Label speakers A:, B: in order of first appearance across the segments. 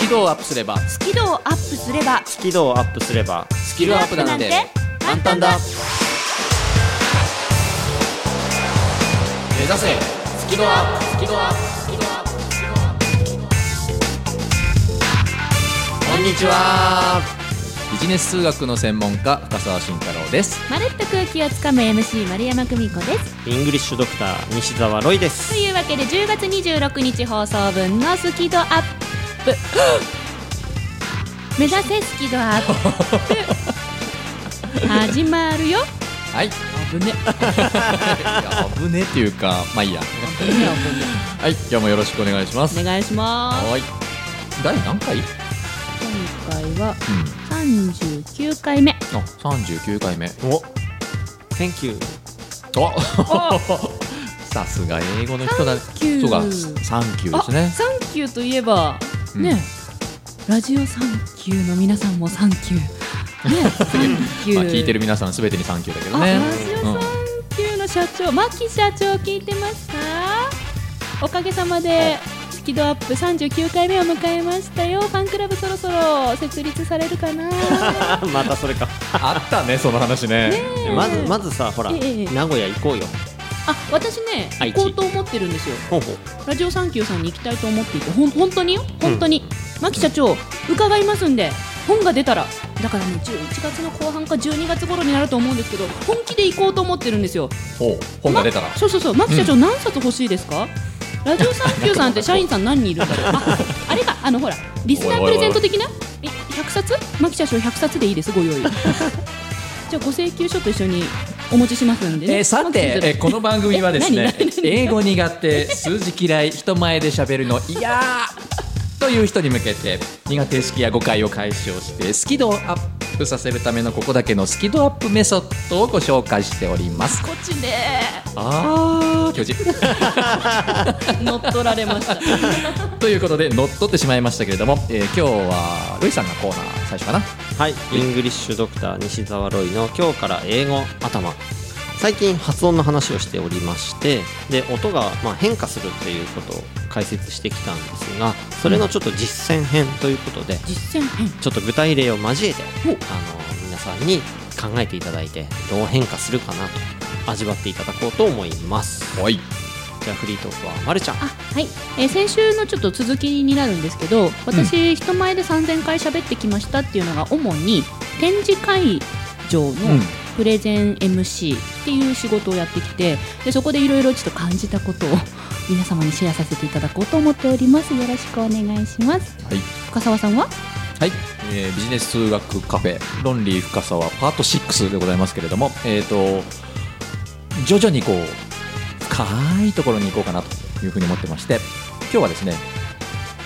A: キ度をアップすれば
B: スキルをアップすれば
C: スキルをアップすれば
A: スキルアップなんて簡単だ目指せスキルアップスキルアップスキルアップスキルアップこんにちはビジネス数学の専門家深澤慎太郎です
B: まるっと空気をつかむ MC 丸山久美子です
C: イングリッシュドクター西澤ロイで
B: と
C: す
B: いうわけで10月26日放送分のスキドアッ プ目指せスキドアッ プ始まるよ
A: はい危ね危ねっていうかまあいいやはい今日もよろしくお願いします
B: お願いします
A: はい第何回うん
B: 今回は39回目
A: あ39回目
C: お Thank you
A: あ さすが英語の人だね
B: サンキュー
A: そうかサンキューですね
B: サンキューといえば、
A: うん
B: ねラジオサンキューの皆さんもサンキュー ねサンキュー、
A: まあ、聞いてる皆さんすべてにサンキューだけど
B: あ、
A: ね
B: ラジオサンキューの社長、牧社長聞いてますかおかげさまでスキドアップ39回目を迎えましたよファンクラブそろそろ設立されるかな
C: あまたそれか
A: あったねその話ね
B: え
C: まずまずさほら
B: え
C: 名
B: え
C: 古屋行こうよ
B: あ、私ね
C: 愛
B: 行
C: 知
B: こうと思ってるんですよ
C: ほうほう
B: ラジオサンキューさんに行きたいと思っていてほん本当によ本当に、牧社長伺いますんで本が出たらだからね11月の後半か12月頃になると思うんですけど本気で行こうと思ってるんですよ
A: ほう本が出たら、
B: まそうそうそう牧社長何冊欲しいですか、ラジオサンキ ューさんって社員さん何人いるんだろうああれかあのほらリスナープレゼント的なえ100冊牧社長100冊でいいです ご用意じゃあご請求書と一緒にお持ちしますんでね、
A: えーさて、 えーこの番組はですね
B: え何何何
A: 英語苦手数字嫌い人前で喋るの嫌という人に向けて苦手意識や誤解を解消してスキドをアップさせるためのここだけのスキドアップメソッドをご紹介しております
B: こっちで
A: あー巨人
B: 乗っ取られました
A: ということで乗っ取ってしまいましたけれども、えー今日はルイさんがコーナー最初かな
C: はいイングリッシュドクター西澤ロイの今日から英語頭最近発音の話をしておりましてで音がまあ変化するっていうことを解説してきたんですがそれのちょっと実践編ということで、
B: 実践編
C: ちょっと具体例を交えてあ
B: お
C: の皆さんに考えていただいてどう変化するかなと味わっていただこうと思います
A: はい
C: じゃあフリートークはまるちゃん
B: あはい、えー先週のちょっと続きになるんですけど私、人前で3000回喋ってきましたっていうのが主に展示会場の
A: うん
B: プレゼン MC っていう仕事をやってきてでそこでいろいろちょっと感じたことを 皆様にシェアさせていただこうと思っておりますよろしくお願いします
A: はい
B: 深澤さんは
A: はい、えービジネス数学カフェ「ロンリー深さ」はパート6でございますけれども、えー、と徐々にこう深いところに行こうかなというふうに思ってまして今日はですね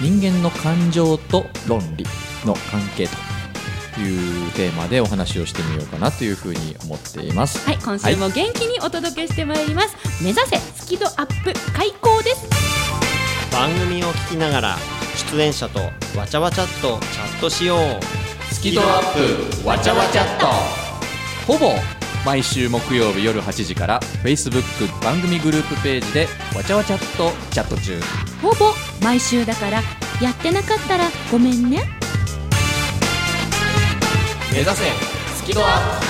A: 人間の感情と論理の関係というテーマでお話をしてみようかなというふうに思っています。
B: はい今週も元気にお届けしてまいります、目指せスキドアップ開講です
C: 番組を聞きながら出演者とわちゃわちゃっとチャットしよう
A: スキドアップわちゃわちゃっとほぼ毎週木曜日夜8時から Facebook 番組グループページでわちゃわちゃっとチャット中
B: ほぼ毎週だからやってなかったらごめんね
A: 目指せスキドアップ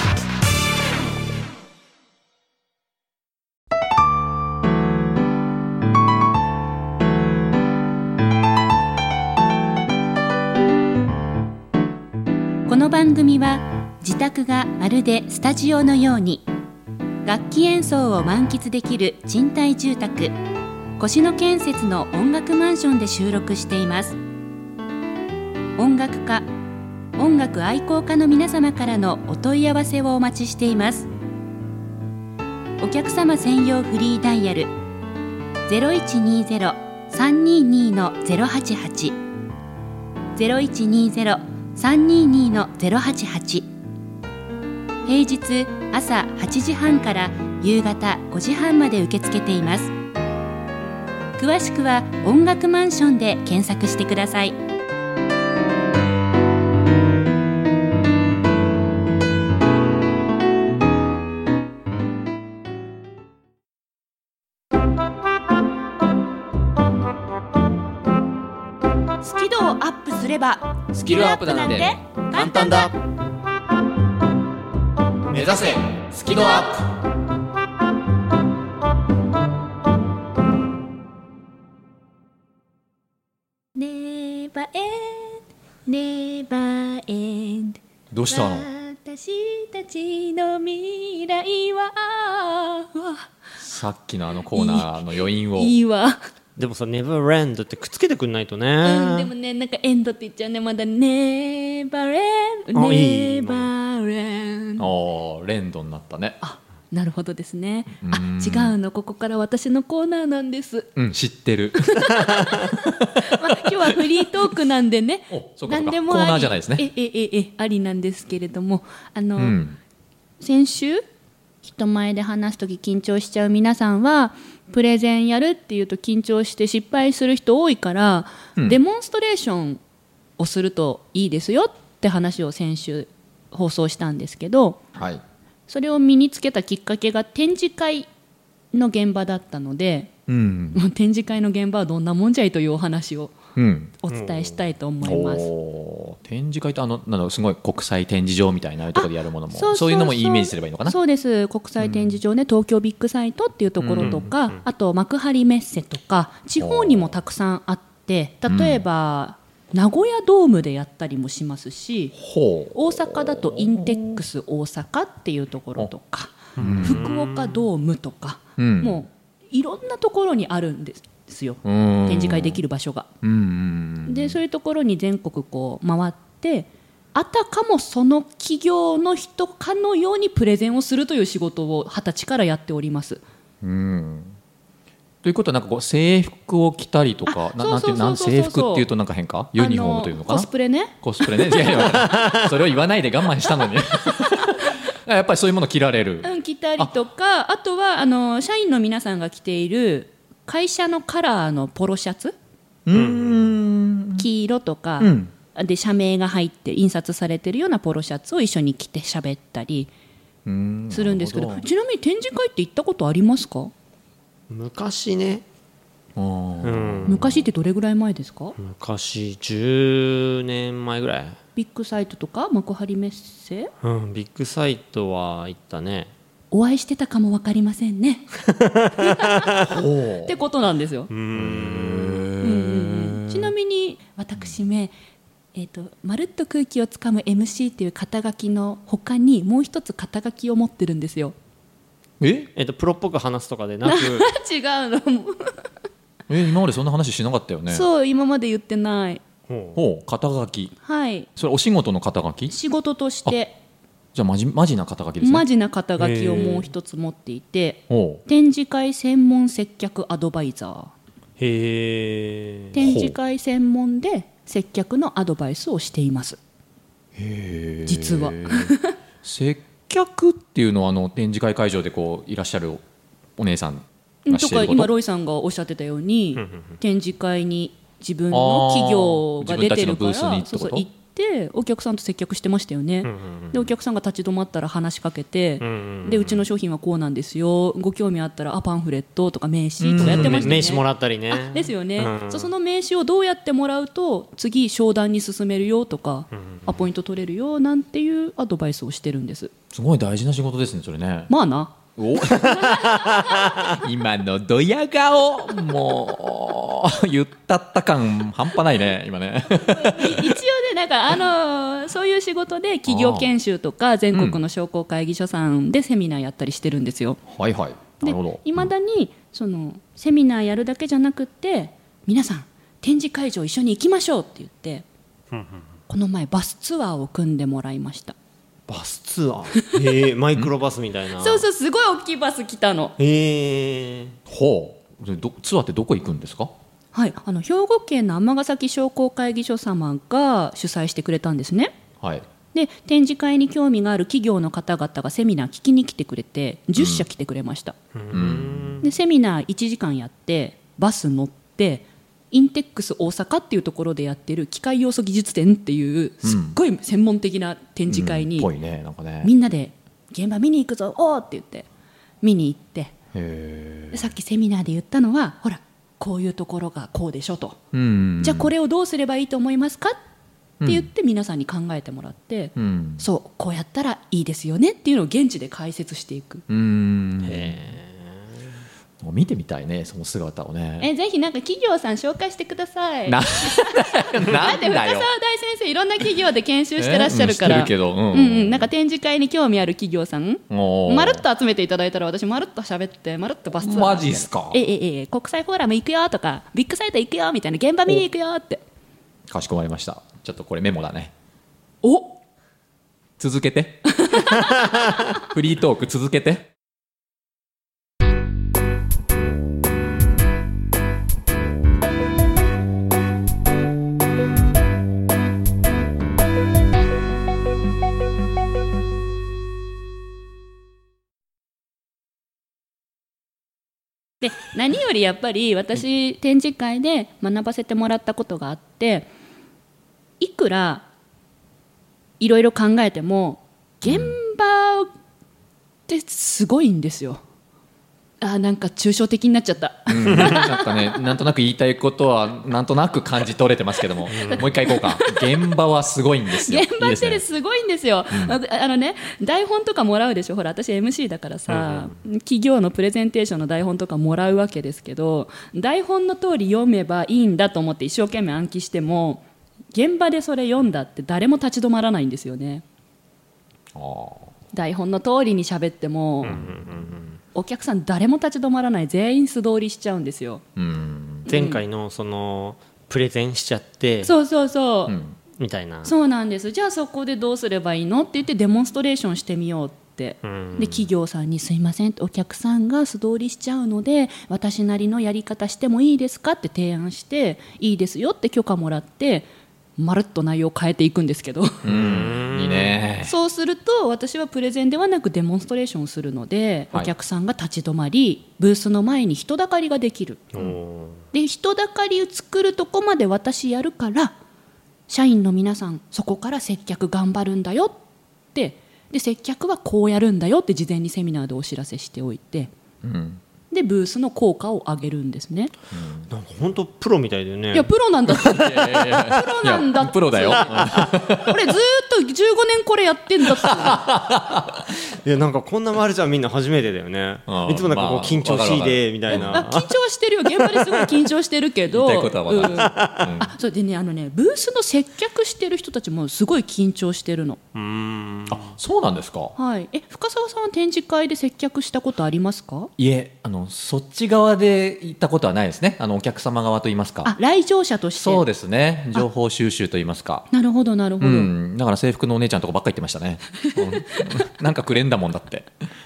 B: この番組は自宅がまるでスタジオのように楽器演奏を満喫できる賃貸住宅越野建設の音楽マンションで収録しています音楽家音楽愛好家の皆様からのお問い合わせをお待ちしていますお客様専用フリーダイヤル0120-322-088 0120-322-088平日朝8時半から夕方5時半まで受け付けています詳しくは音楽マンションで検索してくださいスキルをアップすれば
A: ス
B: ス簡単だ
A: 目指せスキルアップ
B: ネバエンネバエン
A: どうしたの
B: 私たちの未来はうわ
A: さっきのあのコーナーの余韻を
B: いいわ、
C: でもさ「Neverend」ってくっつけてくんないとね、
B: うん、でもねなんかエンドって言っちゃうねまだネバエン
C: あいい
B: ネバエン
A: おー連動になったね
B: あなるほどですね
A: う
B: あ
A: ん
B: 違うのここから私のコーナーなんです、
A: うん知ってる
B: まあ、今日はフリートークなんでね
A: おそうかそう
B: 何
A: か
B: でも
A: コーナ
B: あ
A: ー
B: り
A: じゃないですね
B: ええええありなんですけれどもあの、
A: うん
B: 先週人前で話す時緊張しちゃう皆さんはプレゼンやるっていうと緊張して失敗する人多いから、
A: うん
B: デモンストレーションをするといいですよって話を先週放送したんですけど
A: はい
B: それを身につけたきっかけが展示会の現場だったので
A: うん
B: もう展示会の現場はどんなもんじゃいというお話を
A: うん
B: お伝えしたいと思います。
A: おー展示会ってあのなんだろうすごい国際展示場みたいなああいうところでやるものも
B: そ
A: そうう
B: そうそう
A: いうのもいいイメージすればいいのかな
B: そうです国際展示場ね、東京ビッグサイトっていうところとか、あと幕張メッセとか地方にもたくさんあって例えば、名古屋ドームでやったりもしますし
A: ほう
B: 大阪だとインテックス大阪っていうところとか、福岡ドームとか、
A: うん
B: もういろんなところにあるんですよ、
A: 展
B: 展示会できる場所が。
A: うんうん
B: でそういうところに全国こう回ってあたかもその企業の人かのようにプレゼンをするという仕事を二十歳からやっております
A: うんということはなんかこう制服を着たりとか
B: あ
A: ななんていう
B: そ
A: な
B: うそうそうそうんそう
A: 制服っていうとなんか変かユニフォームというのか
B: あ
A: な
B: コスプレね
A: コスプレね違うよそれを言わないで我慢したの にやっぱりそういうもの着られる
B: うん着たりとかあとはあの社員の皆さんが着ている会社のカラーのポロシャツ
A: うん
B: 黄色とか、
A: うん
B: で社名が入って印刷されてるようなポロシャツを一緒に着て喋ったり
A: うん
B: するんですけど,、
A: なる
B: ちなみに展示会って行ったことありますか、
C: 昔ね、
A: ほどう
C: う
A: ん
C: ん、
B: 昔ってどれぐらい前ですか
C: 昔10年前ぐらい、
B: ビッグサイトとか幕張メッセ
C: うん、ビッグサイトは行ったね
B: お会いしてたかも分かりません ね
A: ほ
B: ってことなんですよ、うんうんうんちなみに私め、えー、とまるっと空気をつかむ MC っていう肩書きの他にもう一つ肩書きを持ってるんですよ
A: うえ
C: えっとプロっぽく話すとかでな く
B: 違うの、もう
A: え今までそんな話しなかったよね
B: そう今まで言ってない
C: ほ
A: ほう肩書き
B: はい
A: それお仕事の肩書きじ
B: 仕事として
A: ゃあマジマジな肩書きですね
B: マジな肩書きをもう一つ持っていて
A: ほう
B: 展示会専門接客アドバイザー
C: うへえ
B: 展示会専門で接客のアドバイスをしています
A: へー
B: 実は
A: 接客っていうのはあの展示会会場でこういらっしゃるお姉さんが
B: と
A: してい
B: か
A: ること
B: 今ロイさんがおっしゃってたように
C: んうんうん
B: 展示会に自分の企業が出てるか
A: あー自分た
B: ら
A: ちのブースにって
B: そう
A: こと
B: そう行ってお客さんと接客してましたよね、でお客さんが立ち止まったら話しかけて、
C: うんうんうん
B: でうちの商品はこうなんですよご興味あったらあパンフレットとか名刺とかやってましたよね、
C: 名刺もらったりね
B: ですよね、
C: うん
B: そうその名刺をどうやってもらうと次商談に進めるよとか、アポイント取れるよなんていうアドバイスをしてるんです
A: すごい大事な仕事ですねそれね、
B: まあな
A: お今のドヤ顔もう言ったった感半端ない ね今ね
B: 一応ねなんか、あのーそういう仕事で企業研修とか全国の商工会議所さんでセミナーやったりしてるんですよ。
A: はいはいな
B: で
A: るほど
B: いまだにそのセミナーやるだけじゃなくって皆さん展示会場一緒に行きましょうって言ってこの前バスツアーを組んでもらいました
C: バスツアーへ えマイクロバスみたいな
B: そうそうすごい大きいバス来たの
C: へえ
A: ほうでどツアーってどこ行くんですか
B: はいあの兵庫県の尼崎商工会議所様が主催してくれたんですね
A: はい
B: で展示会に興味がある企業の方々がセミナー聞きに来てくれて10社来てくれました、でセミナー1時間やってバス乗ってインテックス大阪っていうところでやってる機械要素技術展っていうすっごい専門的な展示会に、
A: うんぽいねなんかね
B: みんなで現場見に行くぞおーって言って見に行って
A: へ
B: でさっきセミナーで言ったのはほらこういうところがこうでしょと、
A: うん
B: じゃあこ
A: れ
B: れをどうすればいいと思いますかって言って皆さんに考えてもらって、
A: うん
B: そうこうやったらいいですよねっていうのを現地で解説していく、
A: うん
C: へ
A: 見てみたいねその姿をね
B: えぜひなんか企業さん紹介してください
A: な
B: だ
A: な
B: っ
A: ん
B: て深
A: だ
B: 澤
A: よ
B: 大先生いろんな企業で研修してらっしゃるから、
A: えうん知ってるけどうん
B: うんうんなんか展示会に興味ある企業さん
A: おー
B: まるっと集めていただいたら私まるっと喋ってまるっとバスツアー
A: マジっすか
B: ええええ国際フォーラム行くよとかビッグサイト行くよみたいな現場見に行くよって
A: かしこまりましたちょっとこれメモだね
B: お
A: 続けて フリートーク続けて
B: で何よりやっぱり私展示会で学ばせてもらったことがあっていくらいろいろ考えても現場ってすごいんですよあーなんか抽象的になっちゃった
A: うんなんかねなんとなく言いたいことはなんとなく感じ取れてますけども、もう一回いこうか現場はすごいんですよ
B: 現場
A: いいで
B: っ
A: す
B: て
A: ね
B: ねすごいんですよああのね台本とかもらうでしょほら私 MC だからさ、企業のプレゼンテーションの台本とかもらうわけですけど台本の通り読めばいいんだと思って一生懸命暗記しても現場でそれ読んだって誰も立ち止まらないんですよね
A: あー
B: 台本の通りに喋っても、お客さん誰も立ち止まらない全員素通りしちゃうんですよ
A: うん
C: ー前回のそのプレゼンしちゃって
B: そうそうそう、
A: うん
C: みたいな
B: そうなんですじゃあそこでどうすればいいのって言ってデモンストレーションしてみようって、
C: ん
B: で企業さんに「すいません」お客さんが素通りしちゃうので私なりのやり方してもいいですかって提案していいですよって許可もらってまるっと内容を変えていくんですけど
A: うんいいね
B: そうすると私はプレゼンではなくデモンストレーションをするので、
A: はい
B: お客さんが立ち止まりブースの前に人だかりができる。
C: おー
B: で人だかりを作るとこまで私やるから社員の皆さんそこから接客頑張るんだよってで接客はこうやるんだよって事前にセミナーでお知らせしておいて
A: うん
B: でブースの効果を上げるんですね、
C: なんか本当プロみたいだよね
B: いやプロなんだって
A: いやいやいや
B: プロなんだ
A: い
B: っ
A: や
B: て
A: プロだよ
B: 俺ずーっと15年これやってんだって
C: いやなんかこんな丸ちゃんみんな初めてだよね
A: あー
C: いつもなんかこう
A: まあ
C: 緊張しいでみたい
B: あ
C: な
B: 緊張はしてるよ現場ですごい緊張してるけど
A: 言いたいことはまだ
B: うんあそうでねあのねブースの接客してる人たちもすごい緊張してるの
C: うーん
A: あそうなんですか
B: はいえ深澤さんは展示会で接客したことありますか
A: いえあのそっち側で行ったことはないですねあのお客様側といいます
B: あ
A: か
B: 来場者として
A: そうですね情報収集といいますか
B: なるほどなるほ
A: う
B: ど、
A: ん、だから制服のお姉ちゃんとかばっかり言ってましたね、うんなんかくれんだもんだって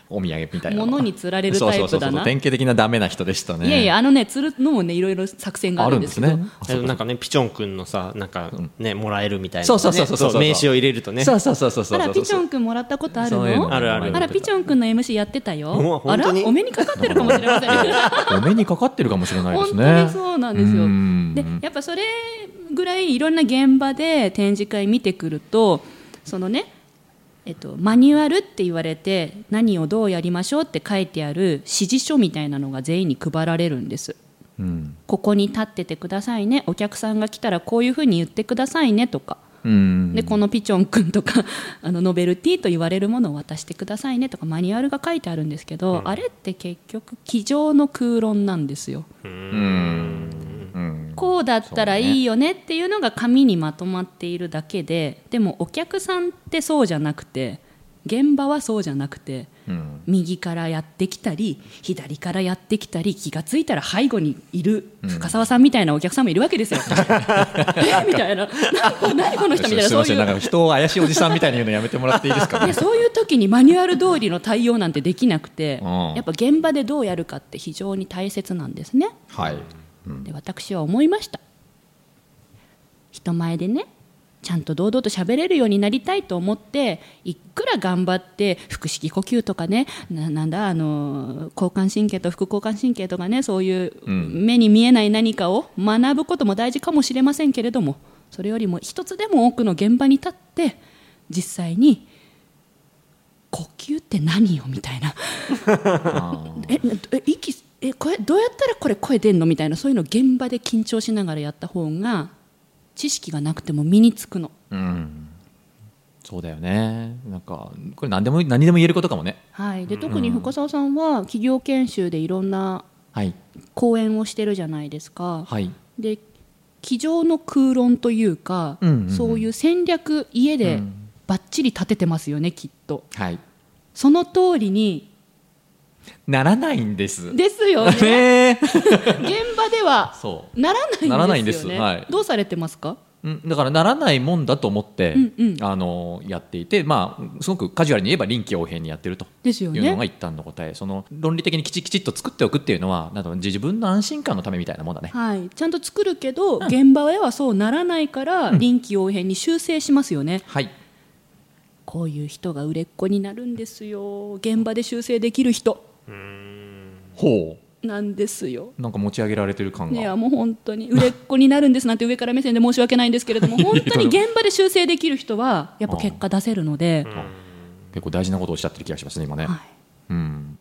A: お土産みたいな
B: 物に釣られるタイプだな
A: そうそうそうそう典型的なダメな人でしたね
B: いやいやあのね釣るのもねいろいろ作戦があ
A: ある
B: る
A: ん
B: んで
A: です
B: け
A: す
B: ど
A: ね
C: あのなんかねピチョン君のさなんかねもらえるみたいなね
A: そうそうそうそうそう
C: 名刺を入れるとね
A: そうそうそうそうそう
B: あらピチョ
A: ン
B: ンくんもらったことある
A: そういうの
B: の
C: あるある
B: あらピチョンくんの MC やってた
C: うわ
B: よあ
C: 本
B: ら
C: 当に
B: お目にかかってるかもしれません
A: お目にかかってるかもしれないで
B: 本
A: すね
B: 当にそうなんですよ
A: うん
B: でやっぱそれぐらいいろんな現場で展示会見てくるとそのねえっと、マニュアルって言われて何をどうやりましょうって書いてある指示書みたいなのが全員に配られるんです
A: うん
B: ここに立っててくださいねお客さんが来たらこういうふうに言ってくださいねとか、
A: うん
B: でこのピチョン君とか あのノベルティと言われるものを渡してくださいねとかマニュアルが書いてあるんですけど、あれって結局机上の空論なんですよ、
A: うんうん
B: こうだったらいいよねっていうのが紙にまとまっているだけででもお客さんってそうじゃなくて現場はそうじゃなくて
A: うん
B: 右からやってきたり左からやってきたり気がついたら背後にいる深澤さんみたいなお客さんもいるわけで すよ。えみたいな な何この人みたいな
A: すい
B: そう
A: ませ
B: い
A: んなん
B: う。
A: か人を怪しいおじさんみたいに言うのやめてもらっていいですか
B: ね
A: ね
B: そういう時にマニュアル通りの対応なんてできなくて、
A: うん
B: やっぱ現場でどうやるかって非常に大切なんですね。
A: はい
B: で私は思いました人前でねちゃんと堂々と喋れるようになりたいと思っていくら頑張って腹式呼吸とかねななんだあの交感神経と副交感神経とかねそういう
A: うん
B: 目に見えない何かを学ぶことも大事かもしれませんけれどもそれよりも一つでも多くの現場に立って実際に呼吸って何よみたいな
A: あー
B: えなえ息えこれどうやったらこれ声出んのみたいなそういうの現場で緊張しながらやった方が知識がなくても身につくの
A: うんそうだよねなんかこれ何でも何でも言えることかもね
B: はい、で特に深澤さんは企業研修でいろんな
A: はい
B: 講演をしてるじゃないですか、
A: はい
B: で机上の空論というか、
A: うんうんうん
B: そういう戦略家
A: う
B: で
A: ん
B: バッチリ立ててますよねきっと
A: はい
B: その通りに
A: ならないんです
B: ですよ ね
A: ねえ
B: 現場で は
A: そ
B: ならないんですよね
A: ならないんですはい
B: どうされてますか
A: ううんだからならないもんだと思って、
B: うんうん
A: あのやっていてまあすごくカジュアルに言えば臨機応変にやってると
B: ですよ
A: いうのが
B: ね
A: 一旦の答えその論理的にきちきちっと作っておくっていうのはなんだろう自分の安心感のためみたいなもんだね
B: はい、ちゃんと作るけど、現場ではそうならないから臨機応変に修正しますよね、
A: はい
B: こういう人が売れっ子になるんですよ現場で修正できる人
A: ほ
B: なんですよ。
A: うなんか持ち上げられてる感
B: ねえ、
A: が
B: もう本当に売れっ子になるんですなんて上から目線で申し訳ないんですけれ ども本当に現場で修正できる人はやっぱ結果出せるので、
A: 結構大事なことをおっしゃってる気がしますね今ね、
B: は
A: うん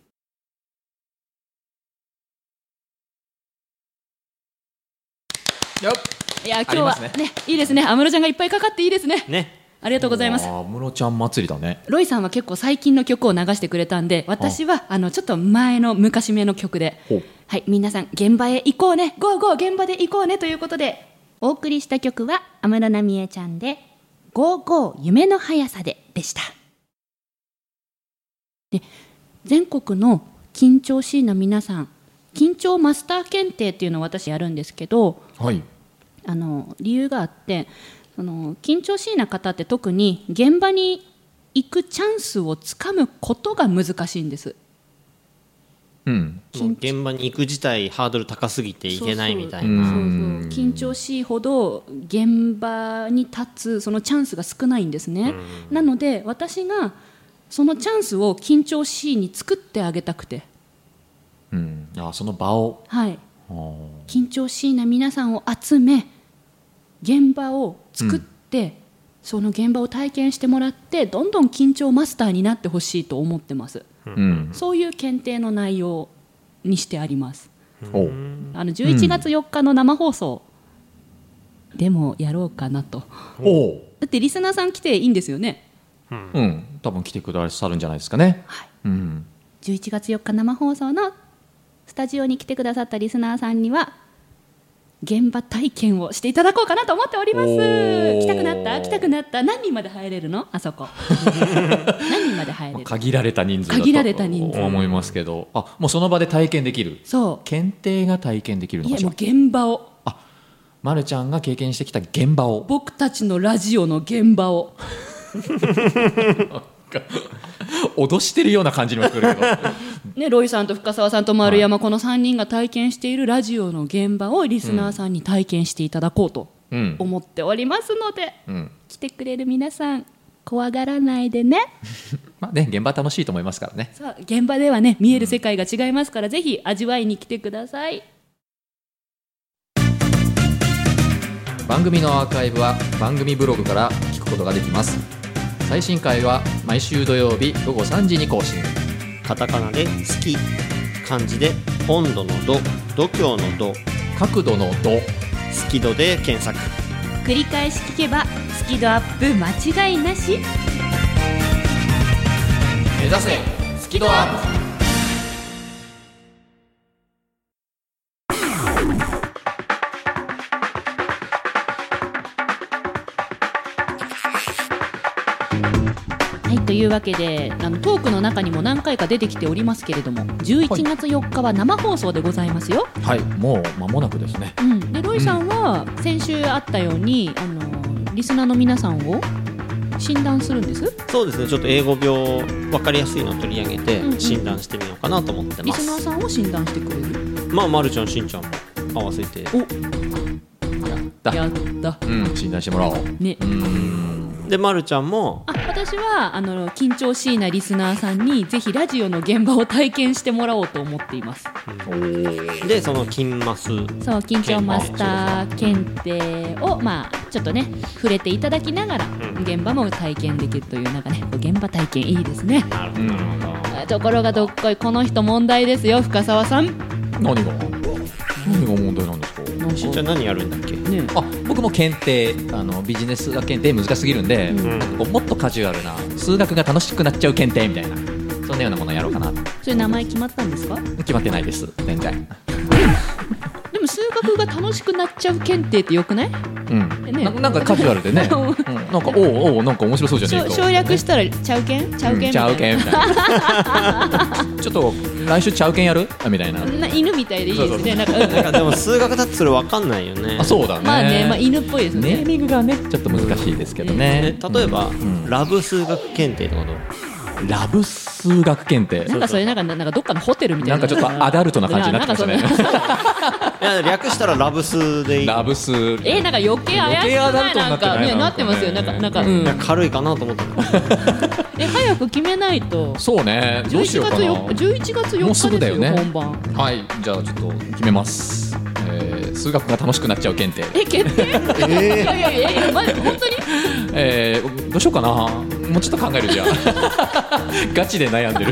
A: よっ
B: い、いや今日
A: ありま
B: は
A: す
B: ね
A: ね
B: いいですね安室ちゃんがいっぱいかかっていいですね
C: ね
B: ありがとうございます
A: あームロちゃん祭りだね
B: ロイさんは結構最近の曲を流してくれたんで私はあのちょっと前の昔めの曲で
A: ほう
B: はい皆さん現場へ行こうねゴーゴー現場で行こうねということで
D: お送りした曲は安室奈美恵ちゃんで「ゴーゴー夢の速さで」
B: でしたで全国の緊張しいな皆さん緊張マスター検定っていうのを私やるんですけど
A: はい
B: あの理由があってその緊張しいな方って特に現場に行くチャンスをつかむことが難しいんです
A: うん
C: もう現場に行く自体ハードル高すぎて行けないみたい
B: そう
C: な
B: そうそう緊張しいほど現場に立つそのチャンスが少ないんですね、なので私がそのチャンスを緊張しいに作ってあげたくて
A: うんあーその場を
B: はい
A: あー
B: 緊張しいな皆さんを集め現場を作って、その現場を体験してもらってどんどん緊張マスターになってほしいと思ってます
A: うん
B: そういう検定の内容にしてあります
A: おう
B: あの11月4日の生放送でもやろうかなと
A: おう
B: だってリスナーさん来ていいんですよね
A: うん多分来てくださるんじゃないですかね
B: はい
A: うん
D: 11月4日生放送のスタジオに来てくださったリスナーさんには
B: 現場体験をしていただこうかなと思っております
A: おー
B: 来たくなった来たくなった何人まで入れるのあ そこ何人まで入れ
A: まあ
B: る
A: 限られた人数だと
B: 限られた人数
A: 思いますけどあもうその場で体験できる
B: そう
A: 検定が体験できるの
B: い
A: か
B: や
A: し
B: も
A: ら
B: う現場を
A: まるちゃんが経験してきた現場を
B: 僕たちのラジオの現場を
A: 脅してるような感じにも聞こえるけど
B: ねロイさんと深澤さんと丸山、この3人が体験しているラジオの現場をリスナーさんに体験していただこうと
A: うん
B: 思っておりますので、
A: うん
B: 来てくれる皆さん怖がらないでね
A: まあね現場楽しいと思いますからね
B: さあ現場ではね見える世界が違いますから、ぜひ味わいに来てください
A: 番組のアーカイブは番組ブログから聞くことができます最新回は毎週土曜日午後3時に更新
C: カタカナで「好き」漢字で「温度の度」「度胸の度」
A: 角度の度
C: 「好き度」で検索
D: 繰り返し聞けばスキドアップ間違いなし
A: 目指せスキドアッ
B: はいというわけであのトークの中にも何回か出てきておりますけれども
A: はい
B: 11月4日は生放送でございますよ、
A: プはいもう間もなくですね
B: うん、でロイさんは先週あったように、あのリスナーの皆さんを診断するんです
C: そうですねちょっと英語病分かりやすいのを取り上げ
B: うんうん
C: て診断してみようかなと思って
B: リ
C: ま
B: ス
C: す、
B: ナーさんを診断してくれる
C: まあまるちゃんしんちゃんも合わせて
A: やった
B: やった
A: うん診断してもらおう
B: ね
A: うん
C: でまるちゃんも
B: あ私はあの緊張しいなリスナーさんにぜひラジオの現場を体験してもらおうと思っています
A: おー
C: でその金マス
B: そう緊張マスター検定をまあちょっとね触れていただきながら
C: ん
B: 現場も体験できるというなんかね現場体験いいですね
C: なる
A: ほどなる
B: ところがどっこいこの人問題ですよ深澤さん
A: 何が何が問題なんですか
C: しんちゃん何やるんだっけ
B: ね
A: あ僕も検定あのビジネス学検定難しすぎるんで、
B: うん
C: うん
A: こうもっとカジュアルな数学が楽しくなっちゃう検定みたいなそんなようなものをやろうかな
B: それ名前決まったんですか
A: 決まってないです全然
B: でも数学が楽しくなっちゃう検定ってよくない
A: うん、
B: ね
A: ななんかカジュアルでね、
B: うん
A: うんなんかおうおうなんか面白そうじゃねえ
B: 省
A: か
B: 省略したらちゃうけんちゃう
A: うん
B: けんみ
A: ち
B: た
A: ゃう
B: い
A: けんみたいな ちょっと来週ちゃうけんやるみたいな
B: なな犬みたいでいいですねなんかうん
C: なんかでも数学だってそれ分かんないよね
A: あそうだね
B: まあね、まあ、犬っぽいです
A: ネ
B: ね
A: ーミングがねちょっと難しいですけどね
C: ね、例えば、
A: ん
C: ラブ数学検定とかどう
A: ラブ数学検定
B: なんかそれなんかなんかどっかのホテルみた
A: ないん
B: な
A: かちょっとアダルトな感じになってきましたね
B: なんかそんな い
C: や略したらラブ数でいい
A: ラブ数
B: えなんか余計怪しくないなんかねなってますよなんかなんか、う
A: うんん
C: いや軽いかなと思ったの
B: え早く決めないと
A: そうねどうし
B: 11
A: ようか
B: 月
A: な
B: よ11月
A: も
B: 4
A: うす
B: 日
A: ぐ
B: で
A: だ
B: す
A: よ
B: よ
A: ね
B: 本番
A: はいじゃあちょっと決めます、えー数学が楽しくなっちゃう検定
B: え決定い
C: え
B: やいやいやいや、まじ本当に
A: えー、どうしようかなもうちょっと考えるじゃん ガチで悩んで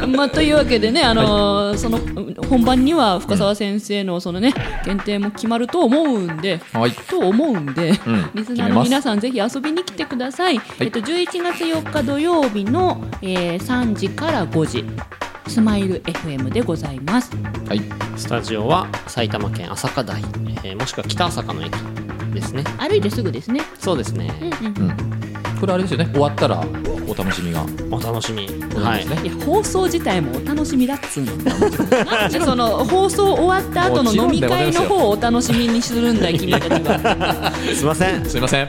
A: る
B: まあ、というわけでね、あのーそのうん本番には深澤先生のその、ね、検定も決まると思うんで。
A: はい
B: と思うんで、
A: ん
B: リス
A: 決
B: ナ
A: めま
B: ーの
A: す
B: 皆さんぜひ遊びに来てください、えっと、11月4日土曜日の、えー3時から5時スマイル FM でございます
A: はい
C: ースタジオは埼玉県朝霞台、えーもしくは北朝霞の駅ですね
B: 歩いてすぐですね、
C: そうですね、
B: うんう
A: う
B: ん
A: ん、これあれですよね終わったらお楽しみが
C: お楽しみ、
A: は
C: はいい
B: いや放送自体もお楽しみだっつうの なんでその放送終わった後の飲み会の方をお楽しみにするんだ君たちは
C: すいません
A: すいません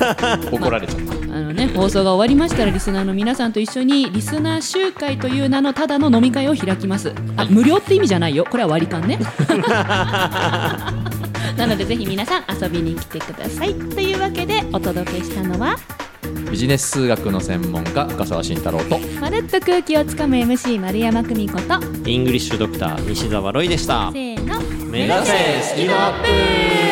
A: 怒られちゃった
B: あのね、放送が終わりましたらリスナーの皆さんと一緒にリスナー集会という名のただの飲み会を開きますあ無料って意味じゃないよこれは割り勘ね なのでぜひ皆さん遊びに来てくださいというわけでお届けしたのは
A: ビジネス数学の専門家深澤慎太郎と
B: まるっと空気をつかむ MC 丸山久美子と
C: イングリッシュドクター西澤ロイでした
B: せーの
C: 目指せスキドアップ